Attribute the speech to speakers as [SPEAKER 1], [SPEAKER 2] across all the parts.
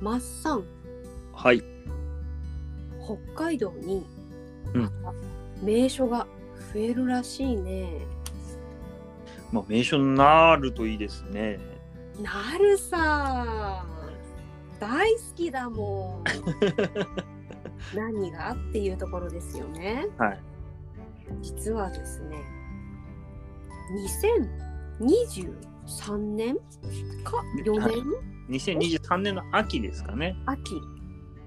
[SPEAKER 1] マッサン
[SPEAKER 2] はい。
[SPEAKER 1] 北海道に
[SPEAKER 2] うん
[SPEAKER 1] また名所が増えるらしいね、
[SPEAKER 2] まあ、名所になるといいですね。
[SPEAKER 1] なるさ大好きだ もん何がっていうところですよね
[SPEAKER 2] はい。
[SPEAKER 1] 実はですね2023年か4年、
[SPEAKER 2] 2023年の秋ですかね。
[SPEAKER 1] 秋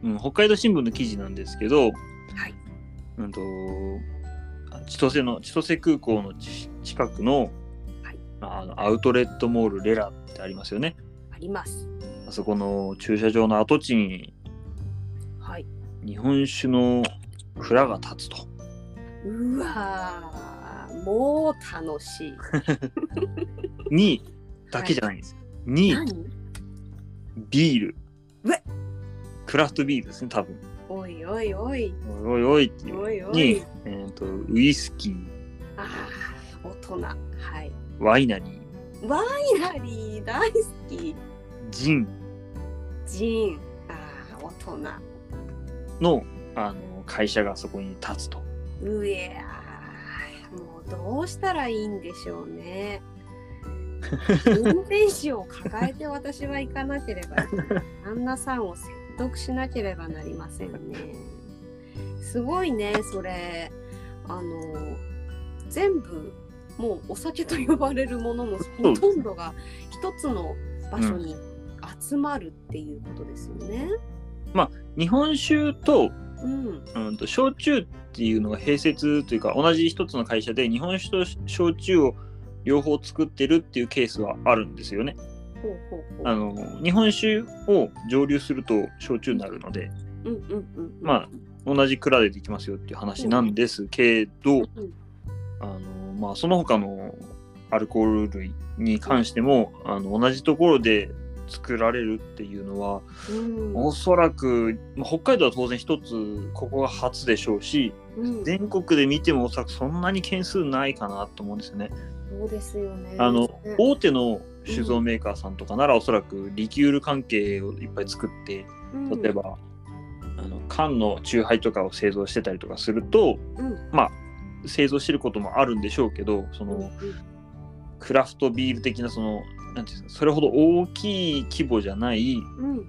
[SPEAKER 2] うん、北海道新聞の記事なんですけど、
[SPEAKER 1] はい
[SPEAKER 2] うんと、あ千歳の、千歳空港のち近くの、
[SPEAKER 1] はい
[SPEAKER 2] あのアウトレットモールレラってありますよね。
[SPEAKER 1] あります
[SPEAKER 2] あそこの駐車場の跡地に
[SPEAKER 1] はい
[SPEAKER 2] 日本酒の蔵が建つと。
[SPEAKER 1] うわーもう楽しい
[SPEAKER 2] に、だけじゃないんですよ。に、
[SPEAKER 1] 何
[SPEAKER 2] ビール。
[SPEAKER 1] うえ
[SPEAKER 2] クラフトビールですね、多分。
[SPEAKER 1] おいおいおい
[SPEAKER 2] おいおいっていう。
[SPEAKER 1] おいおい
[SPEAKER 2] に、えー、とウイスキー、
[SPEAKER 1] あー大人はい
[SPEAKER 2] ワイナリー、
[SPEAKER 1] フィナリー大好き
[SPEAKER 2] ジン
[SPEAKER 1] ジンあー大人
[SPEAKER 2] のあの会社がそこに立つと。
[SPEAKER 1] うえあーもうどうしたらいいんでしょうね。運転手を抱えて私は行かなけれ ば旦那さんを説得しなければなりませんね。すごいねそれあの全部もうお酒と呼ばれるものの
[SPEAKER 2] そう
[SPEAKER 1] ほ
[SPEAKER 2] です
[SPEAKER 1] とんどが一つの場所に集まるっていうことですよね。
[SPEAKER 2] 日本酒と,、
[SPEAKER 1] うん、
[SPEAKER 2] うん、と焼酎っていうのが併設というか同じ一つの会社で日本酒と焼酎を両方作ってるっていうケースはあるんですよね。
[SPEAKER 1] ほうほうほ
[SPEAKER 2] あ
[SPEAKER 1] う。
[SPEAKER 2] の日本酒を蒸留すると焼酎になるので
[SPEAKER 1] うんうんうんうん、
[SPEAKER 2] まあ同じ蔵でできますよっていう話なんですけど、
[SPEAKER 1] うん
[SPEAKER 2] あのまあ、その他のアルコール類に関しても、あの同じところで作られるっていうのは、
[SPEAKER 1] うん
[SPEAKER 2] おそらく、まあ北海道は当然一つここが初でしょうし
[SPEAKER 1] うん
[SPEAKER 2] 全国で見てもおそらくそんなに件数ないかなと思うんですよね。
[SPEAKER 1] そうですよね。
[SPEAKER 2] あの
[SPEAKER 1] ね
[SPEAKER 2] 大手の酒造メーカーさんとかならおそらくリキュール関係をいっぱい作って
[SPEAKER 1] うん
[SPEAKER 2] 例えば、あの缶の酎ハイとかを製造してたりとかすると、
[SPEAKER 1] うん
[SPEAKER 2] まあ製造してることもあるんでしょうけどその、
[SPEAKER 1] うん
[SPEAKER 2] クラフトビール的なそのなんていうんですかそれほど大きい規模じゃない
[SPEAKER 1] うん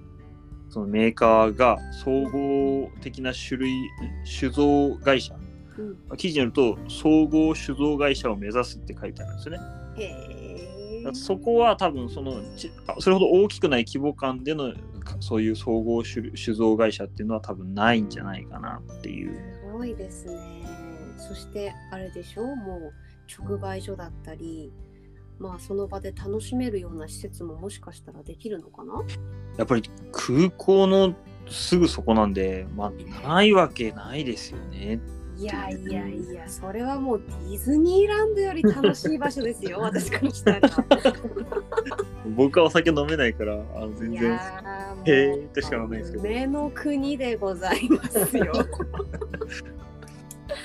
[SPEAKER 2] そのメーカーが総合的な種類酒造会社
[SPEAKER 1] うん
[SPEAKER 2] 記事によると総合酒造会社を目指すって書いてあるんですよね。だ
[SPEAKER 1] へえ
[SPEAKER 2] からそこは多分そのちあそれほど大きくない規模感でのかそういう総合酒酒造会社っていうのは多分ないんじゃないかなっていう。
[SPEAKER 1] すごいですね。そしてあれでしょうもう直売所だったり。まあその場で楽しめるような施設ももしかしたらできるのかな
[SPEAKER 2] やっぱり空港のすぐそこなんで、まあ、ないわけないですよね。
[SPEAKER 1] いやいやいやそれはもうディズニーランドより楽しい場所です よ私からしたら
[SPEAKER 2] 僕はお酒飲めないから、あの全
[SPEAKER 1] い
[SPEAKER 2] 然。
[SPEAKER 1] やーもう
[SPEAKER 2] へーとしか言わないですけど
[SPEAKER 1] 夢の国でございますよ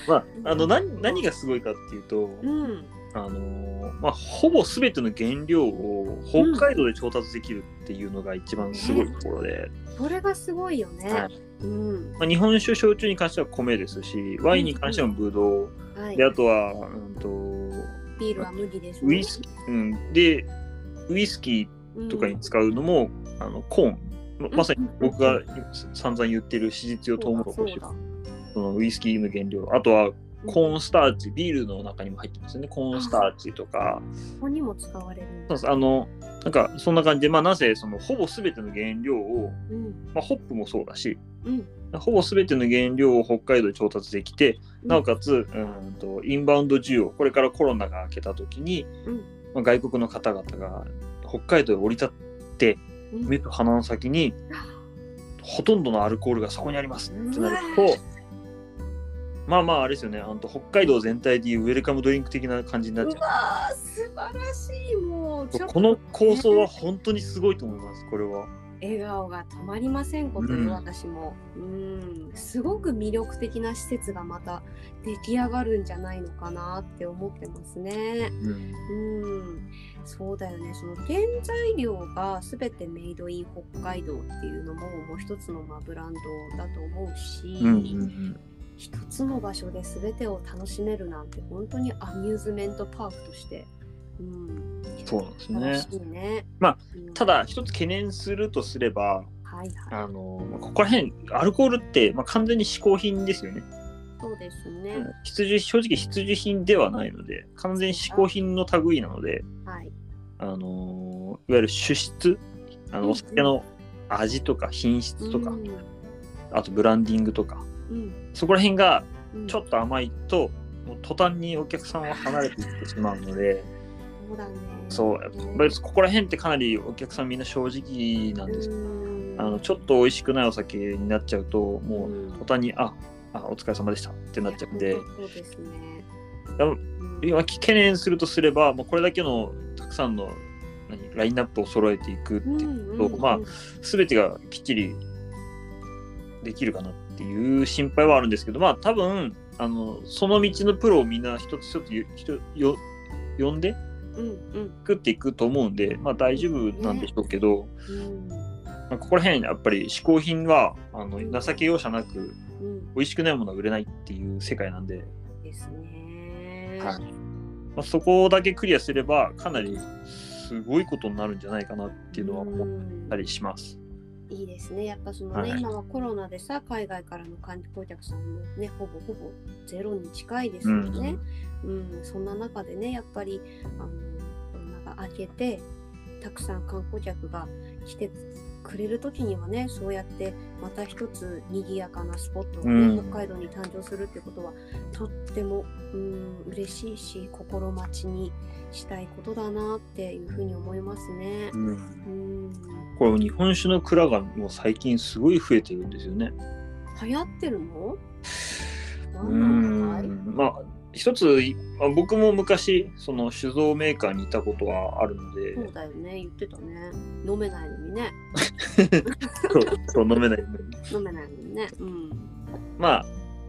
[SPEAKER 2] まあ、あの何何がすごいかっていうと、
[SPEAKER 1] うん
[SPEAKER 2] あのーまあ、ほぼ全ての原料を北海道で調達できるっていうのが一番すごいところで、
[SPEAKER 1] それがすごいよね、
[SPEAKER 2] は
[SPEAKER 1] うん
[SPEAKER 2] まあ、日本酒焼酎に関しては米ですしワインに関してはブドウ、
[SPEAKER 1] はい
[SPEAKER 2] であとは、うん、と
[SPEAKER 1] ビールは麦です、
[SPEAKER 2] ウイスキー、うん、でウイスキーとかに使うのも、あのコーンままさに僕が散々言ってる史実用トウモロコシ
[SPEAKER 1] そうだそう
[SPEAKER 2] そのウイスキーの原料あとはコーンスターチビールの中にも入ってますよねコーンスターチとか。
[SPEAKER 1] ここにも使われるん
[SPEAKER 2] そう
[SPEAKER 1] だ。
[SPEAKER 2] ですあのなんかそんな感じで、まあ、なぜそのほぼ全ての原料を、
[SPEAKER 1] うん
[SPEAKER 2] まあ、ホップもそうだし
[SPEAKER 1] うん
[SPEAKER 2] ほぼ全ての原料を北海道で調達できてなおかつうんとインバウンド需要これからコロナが明けた時に、
[SPEAKER 1] うん
[SPEAKER 2] まあ、外国の方々が北海道へ降り立って
[SPEAKER 1] うん
[SPEAKER 2] 目と鼻の先にほとんどのアルコールがそこにありますってなるとまあまああれですよねあの北海道全体でいうウェルカムドリンク的な感じになっち
[SPEAKER 1] う
[SPEAKER 2] ゃう。
[SPEAKER 1] わー素晴らしいもうちょっと
[SPEAKER 2] この構想は本当にすごいと思います、これは。
[SPEAKER 1] 笑顔が止まりませんことよ、
[SPEAKER 2] うん
[SPEAKER 1] 私もうんすごく魅力的な施設がまた出来上がるんじゃないのかなって思ってますねうんそうだよねその原材料が全てメイドイン北海道っていうのももう一つのまあブランドだと思うし、
[SPEAKER 2] うんうん
[SPEAKER 1] 一つの場所で全てを楽しめるなんて本当にアミューズメントパークとして、うん、
[SPEAKER 2] うん、そうなんです
[SPEAKER 1] 楽
[SPEAKER 2] ね
[SPEAKER 1] し。いね。
[SPEAKER 2] まあ
[SPEAKER 1] うん
[SPEAKER 2] た、だ一つ懸念するとすれば、
[SPEAKER 1] はいはい、
[SPEAKER 2] あのまあここら辺アルコールって、まあ、完全に嗜好品ですよね。
[SPEAKER 1] そうですね。
[SPEAKER 2] うん必需正直必需品ではないので完全に嗜好品の類なので、
[SPEAKER 1] はい。
[SPEAKER 2] あのーいわゆる酒質あ
[SPEAKER 1] うんう
[SPEAKER 2] の
[SPEAKER 1] ん
[SPEAKER 2] お酒の味とか品質とか、
[SPEAKER 1] うん
[SPEAKER 2] あとブランディングとか
[SPEAKER 1] うん
[SPEAKER 2] そこら辺が
[SPEAKER 1] うん、
[SPEAKER 2] ちょっと甘いと、もう途端にお客さんは離れていってしまうので
[SPEAKER 1] そうだね。
[SPEAKER 2] そうやっぱりここら辺ってかなりお客さんみんな正直なんですよ、
[SPEAKER 1] うん
[SPEAKER 2] あのちょっと美味しくないお酒になっちゃうとも
[SPEAKER 1] うん
[SPEAKER 2] う途端にああお疲れ様でしたってなっちゃうんで、
[SPEAKER 1] そうですね。
[SPEAKER 2] や
[SPEAKER 1] うん
[SPEAKER 2] 要は懸念するとすれば、もうこれだけのたくさんの何ラインナップを揃えていくっていう、
[SPEAKER 1] うんうん
[SPEAKER 2] まあ全てがきっちりできるかなっていう心配はあるんですけど、まあ多分、あのその道のプロをみんな一つ一つゆ人よ呼んで
[SPEAKER 1] うんうん
[SPEAKER 2] 作っていくと思うんで、まあ大丈夫なんでしょうけど、
[SPEAKER 1] うん
[SPEAKER 2] まあここら辺やっぱり嗜好品はあの
[SPEAKER 1] うん
[SPEAKER 2] 情け容赦なく
[SPEAKER 1] うん
[SPEAKER 2] 美味しくないものは売れないっていう世界なんで、
[SPEAKER 1] ですね。
[SPEAKER 2] はいまあ、そこだけクリアすればかなりすごいことになるんじゃないかなっていうのは思ったりします。
[SPEAKER 1] いいですね。やっぱそのね、
[SPEAKER 2] はい
[SPEAKER 1] 今はコロナでさ、海外からの観光客さんもね、ほぼほぼゼロに近いです
[SPEAKER 2] う
[SPEAKER 1] よ
[SPEAKER 2] ん
[SPEAKER 1] ね。うん、そんな中でね、やっぱりあのコロナが明けて、たくさん観光客が来てくれる時にはね、そうやってまた一つ賑やかなスポットがね、
[SPEAKER 2] うん
[SPEAKER 1] 北海道に誕生するってことは、とっても、うん、嬉しいし、心待ちにしたいことだなっていうふうに思いますね。
[SPEAKER 2] うん
[SPEAKER 1] うん
[SPEAKER 2] これ日本酒の蔵がもう最近すごい増えてるんですよね。
[SPEAKER 1] 流行ってるの
[SPEAKER 2] う
[SPEAKER 1] なんなんだい
[SPEAKER 2] んまあ一ついあ僕も昔その酒造メーカーにいたことはあるので、
[SPEAKER 1] そうだよね、言ってたね。飲めないのにね。
[SPEAKER 2] そうそう飲めないのに
[SPEAKER 1] 飲めないのにね。うん。
[SPEAKER 2] まあ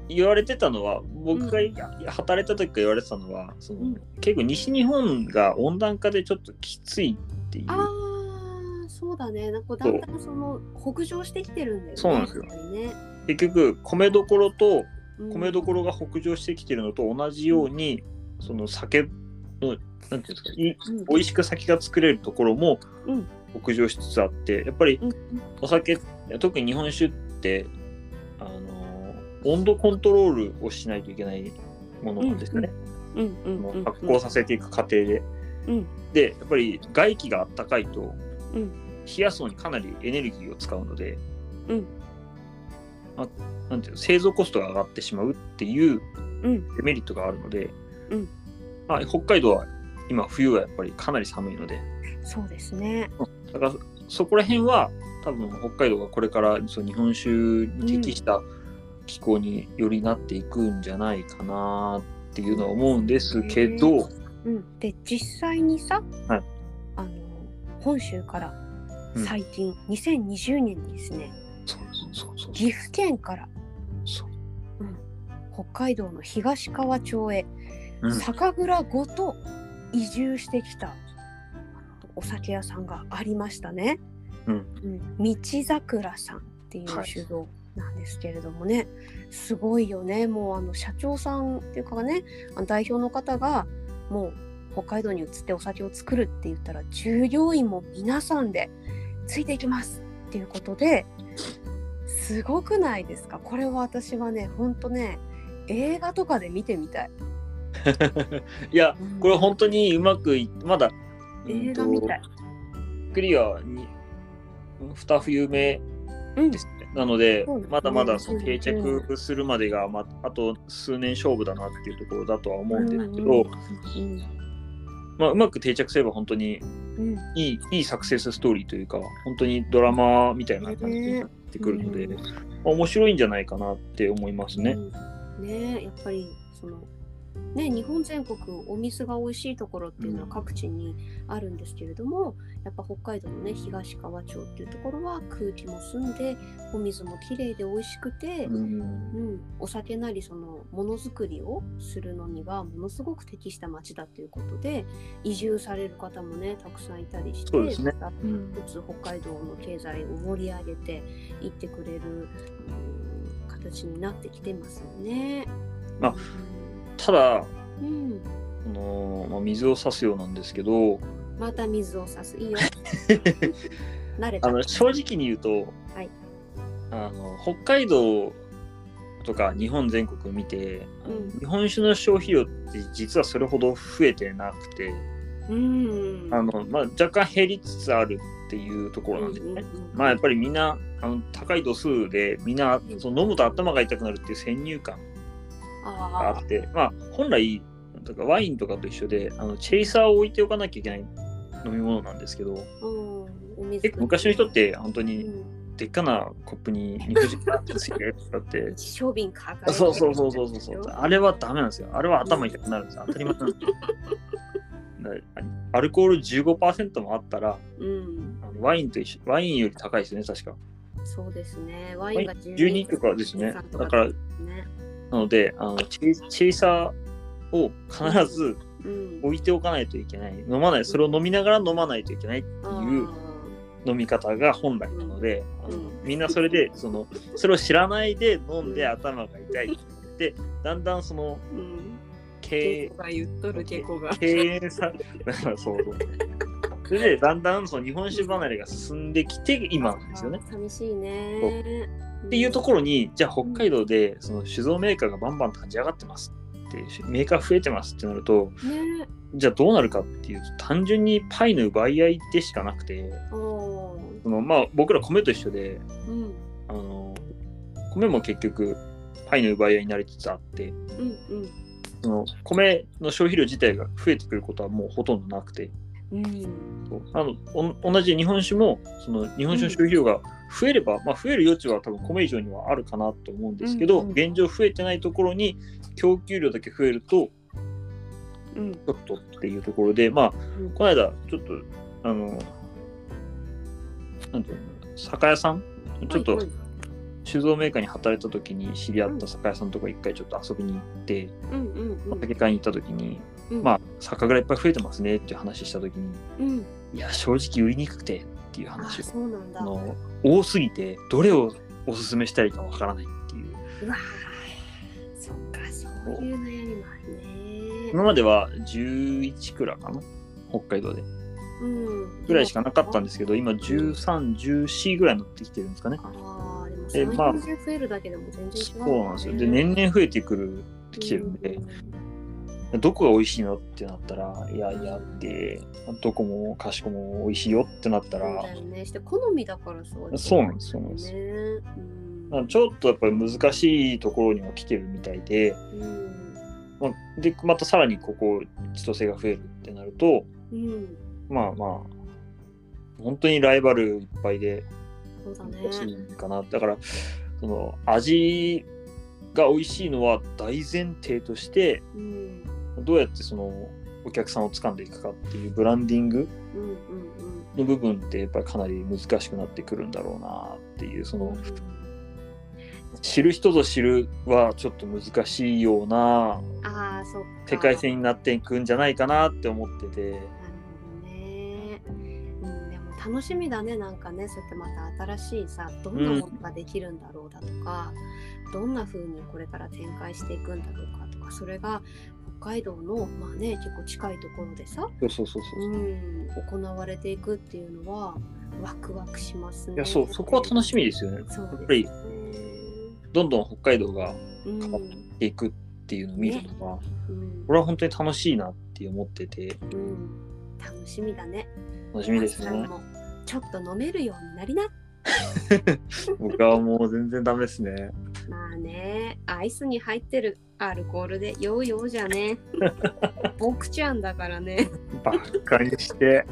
[SPEAKER 2] 言われてたのは僕がい働いた時から言われてたのはその、
[SPEAKER 1] うん
[SPEAKER 2] 結構西日本が温暖化でちょっときついっていう
[SPEAKER 1] ああ、そうだね。なんかだんだんその北上してきてるんだよね。
[SPEAKER 2] そうなんですよ
[SPEAKER 1] やっぱりね
[SPEAKER 2] 結局米どころと
[SPEAKER 1] うん
[SPEAKER 2] 米どころが北上してきてるのと同じように、その酒のなんていうんですかい
[SPEAKER 1] うん
[SPEAKER 2] 美味しく酒が作れるところも
[SPEAKER 1] うん
[SPEAKER 2] 北上しつつあってやっぱり
[SPEAKER 1] うん
[SPEAKER 2] お酒特に日本酒ってあの温度コントロールをしないといけないものなんですね、
[SPEAKER 1] うんうんうんうん
[SPEAKER 2] 発酵させていく過程で。
[SPEAKER 1] うん
[SPEAKER 2] でやっぱり外気があったかいと
[SPEAKER 1] うん
[SPEAKER 2] 冷やすのにかなりエネルギーを使うので、
[SPEAKER 1] うん
[SPEAKER 2] まあ、なんていうの製造コストが上がってしまうっていう
[SPEAKER 1] うん
[SPEAKER 2] デメリットがあるので、
[SPEAKER 1] うん
[SPEAKER 2] まあ、北海道は今冬はやっぱりかなり寒いので
[SPEAKER 1] そうですね。
[SPEAKER 2] だからそこら辺は多分北海道がこれからその日本酒に適した気候によりなっていくんじゃないかなっていうのは思うんですけど、
[SPEAKER 1] うん、で実際にさ、
[SPEAKER 2] はい
[SPEAKER 1] あの本州から
[SPEAKER 2] うん
[SPEAKER 1] 最近、2020年にですね
[SPEAKER 2] そうそうそう
[SPEAKER 1] 岐阜県から
[SPEAKER 2] そう
[SPEAKER 1] 北海道の東川町へ
[SPEAKER 2] うん
[SPEAKER 1] 酒蔵ごと移住してきたお酒屋さんがありましたね。
[SPEAKER 2] うん
[SPEAKER 1] うん道桜さんっていう酒造なんですけれどもね、すごいよねもうあの社長さんっていうかねあの代表の方がもう北海道に移ってお酒を作るって言ったら従業員も皆さんでついていきますっていうことですごくないですかこれは私はねほんとね映画とかで見てみたい。
[SPEAKER 2] いやこれ本当にうまくいっまだ
[SPEAKER 1] 映画みたい。
[SPEAKER 2] クリアに2冬目
[SPEAKER 1] うん
[SPEAKER 2] ですね。なので
[SPEAKER 1] そうですね、
[SPEAKER 2] まだまだその
[SPEAKER 1] うん
[SPEAKER 2] 定着するまでが、まあと数年勝負だなっていうところだとは思うんですけ
[SPEAKER 1] うんう
[SPEAKER 2] ど、
[SPEAKER 1] んうん
[SPEAKER 2] まあ、うまく定着すれば本当に
[SPEAKER 1] うん
[SPEAKER 2] いいいいサクセスストーリーというか、本当にドラマみたいな感じになってくるので、
[SPEAKER 1] ね
[SPEAKER 2] まあ面白いんじゃないかなって思いますね。
[SPEAKER 1] うんねえやっぱりそのね、日本全国お水が美味しいところっていうのは
[SPEAKER 2] うん
[SPEAKER 1] 各地にあるんですけれども、やっぱ北海道のね東川町っていうところは空気も澄んでお水もきれいで美味しくて、
[SPEAKER 2] うん
[SPEAKER 1] うん、お酒なりそのものづくりをするのにはものすごく適した町だっていうことで移住される方もねたくさんいたりして
[SPEAKER 2] そうですね
[SPEAKER 1] また
[SPEAKER 2] うん
[SPEAKER 1] 一つ北海道の経済を盛り上げていってくれる、うん形になってきてますよね。
[SPEAKER 2] まあただ
[SPEAKER 1] うん、
[SPEAKER 2] あのーまあ、水を差すようなんですけど
[SPEAKER 1] また水を差すいいよ慣れた
[SPEAKER 2] あの正直に言うと、
[SPEAKER 1] はい
[SPEAKER 2] あの北海道とか日本全国見て、あの
[SPEAKER 1] うん
[SPEAKER 2] 日本酒の消費量って実はそれほど増えてなくて
[SPEAKER 1] うん
[SPEAKER 2] あの、まあ、若干減りつつあるっていうところなんですね。
[SPEAKER 1] うんうん
[SPEAKER 2] まあ、やっぱりみんなあの高い度数でみんなその飲むと頭が痛くなるっていう先入観があ
[SPEAKER 1] あ
[SPEAKER 2] ってまあ、本来だからワインとかと一緒であのチェイサーを置いておかなきゃいけない飲み物なんですけど
[SPEAKER 1] ー、うん、お水
[SPEAKER 2] 結構昔の人って本当
[SPEAKER 1] う
[SPEAKER 2] に
[SPEAKER 1] ん
[SPEAKER 2] でっかなコップに肉汁がついてるとかって
[SPEAKER 1] 一升瓶抱えて
[SPEAKER 2] そうそうそうそうそうそう
[SPEAKER 1] う
[SPEAKER 2] あれはダメなんですよあれは頭痛くなるんですよ当たり前なんですよだアルコール15%もあったら
[SPEAKER 1] うん
[SPEAKER 2] あのワインと一緒ワインより高いですよね確か
[SPEAKER 1] そうですねワイ
[SPEAKER 2] ワ
[SPEAKER 1] ン
[SPEAKER 2] イン
[SPEAKER 1] が
[SPEAKER 2] 12とかですね
[SPEAKER 1] 13と
[SPEAKER 2] だから
[SPEAKER 1] ね
[SPEAKER 2] なのであのチェイチェイサーを必ず
[SPEAKER 1] うん
[SPEAKER 2] 置いておかないといけない飲まないそれを飲みながら飲まないといけないっていう飲み方が本来なので、あの
[SPEAKER 1] うん
[SPEAKER 2] みんなそれでそのそれを知らないで飲ん
[SPEAKER 1] う
[SPEAKER 2] で
[SPEAKER 1] ん
[SPEAKER 2] 頭が痛いって言ってだんだんその
[SPEAKER 1] あーうん
[SPEAKER 2] 経営
[SPEAKER 1] が言っと
[SPEAKER 2] 経営さ そうそうそれでだんだんその日本酒離れが進んできて今なんですよね。
[SPEAKER 1] あー寂しいね
[SPEAKER 2] っていうと
[SPEAKER 1] こ
[SPEAKER 2] ころにじゃあ北海道でその酒造メーカーがバンバン立ち上がってますってメーカー増えてますってなると
[SPEAKER 1] ね
[SPEAKER 2] じゃあどうなるかっていうと単純にパイの奪い合いでしかなくて
[SPEAKER 1] おー
[SPEAKER 2] その、まあ、僕ら米と一緒で
[SPEAKER 1] うん
[SPEAKER 2] あの米も結局パイの奪い合いになりつつあって
[SPEAKER 1] うんうん
[SPEAKER 2] その米の消費量自体が増えてくることはもうほとんどなくて
[SPEAKER 1] うん
[SPEAKER 2] そうあのお同じ日本酒もその日本酒の消費量が増えれば、まあ、増える余地は多分米以上にはあるかなと思うんですけど、
[SPEAKER 1] うんうん
[SPEAKER 2] 現状増えてないところに供給量だけ増えると
[SPEAKER 1] うん
[SPEAKER 2] ちょっとっていうところでまあ
[SPEAKER 1] うん
[SPEAKER 2] この間ちょっとあのなんていうの酒屋さんちょっと
[SPEAKER 1] はいはい
[SPEAKER 2] 酒造メーカーに働いた時に知り合った酒屋さんとか一回ちょっと遊びに行って、
[SPEAKER 1] うんうん
[SPEAKER 2] お酒買いに行った時に、
[SPEAKER 1] うん
[SPEAKER 2] まあ酒蔵いっぱい増えてますねっていう話した時に
[SPEAKER 1] うん
[SPEAKER 2] いや正直売りにくくてっていう
[SPEAKER 1] あ
[SPEAKER 2] 話を
[SPEAKER 1] そうなんだ
[SPEAKER 2] あ
[SPEAKER 1] うわ
[SPEAKER 2] の多すぎてどれをおすすめしたらいいかわからないっていう
[SPEAKER 1] ーそっかそういう悩みもあるね
[SPEAKER 2] 今までは11くらいかな北海道で
[SPEAKER 1] うん
[SPEAKER 2] ぐらいしかなかったんですけど今1314ぐらいになってきてるんですかね
[SPEAKER 1] ああでも
[SPEAKER 2] え
[SPEAKER 1] 3
[SPEAKER 2] まあ
[SPEAKER 1] ま増えるだけでも全然違う
[SPEAKER 2] そ
[SPEAKER 1] もね、
[SPEAKER 2] うなんですよで年々増えてくるってきてるんで、どこが美味しいのってなったら、いやいやって、どこもかしこも美味しいよってなった
[SPEAKER 1] うん
[SPEAKER 2] ら
[SPEAKER 1] そう、だよねして好みだからそう
[SPEAKER 2] そうなんです、そうなんです。
[SPEAKER 1] ねうん
[SPEAKER 2] まあちょっとやっぱり難しいところには来てるみたいで、
[SPEAKER 1] うん
[SPEAKER 2] まあ、で、またさらにここ、千歳が増えるってなると、
[SPEAKER 1] うん
[SPEAKER 2] まあまあ、本当にライバルいっぱいで
[SPEAKER 1] そうだね
[SPEAKER 2] 難しいかな。だから、その味が美味しいのは大前提として、
[SPEAKER 1] うん
[SPEAKER 2] どうやってそのお客さんを掴んでいくかっていうブランディング
[SPEAKER 1] うんうんうん
[SPEAKER 2] の部分ってやっぱりかなり難しくなってくるんだろうなっていうその知る人ぞ知るはちょっと難しいような
[SPEAKER 1] ああそっか
[SPEAKER 2] 世界線になっていくんじゃないかなって思ってて
[SPEAKER 1] なるほどねうんでも楽しみだねなんかねそうやってまた新しいさどんなものができるんだろうだとか、どんな風にこれから展開していくんだろうかとかそれが北海道のまあね結構近いところでさ、
[SPEAKER 2] そうそうそうそうう、い
[SPEAKER 1] ん、行われていくっていうのはワクワクしますね。
[SPEAKER 2] やそうそこは楽しみですよね
[SPEAKER 1] そう
[SPEAKER 2] やっぱ
[SPEAKER 1] です
[SPEAKER 2] りどんどん北海道が
[SPEAKER 1] うん
[SPEAKER 2] 変わっていくっていうのを見るのは、
[SPEAKER 1] うん
[SPEAKER 2] これは本当に楽しいなって思ってて
[SPEAKER 1] うん、楽しみだね。
[SPEAKER 2] 楽しみです
[SPEAKER 1] マ
[SPEAKER 2] ね
[SPEAKER 1] スさんもちょっと飲めるようになりな。
[SPEAKER 2] 僕はもう全然ダメですね
[SPEAKER 1] まあね、アイスに入ってるアルコールでヨーヨーじゃね。僕ちゃんだからね。
[SPEAKER 2] ばっかりして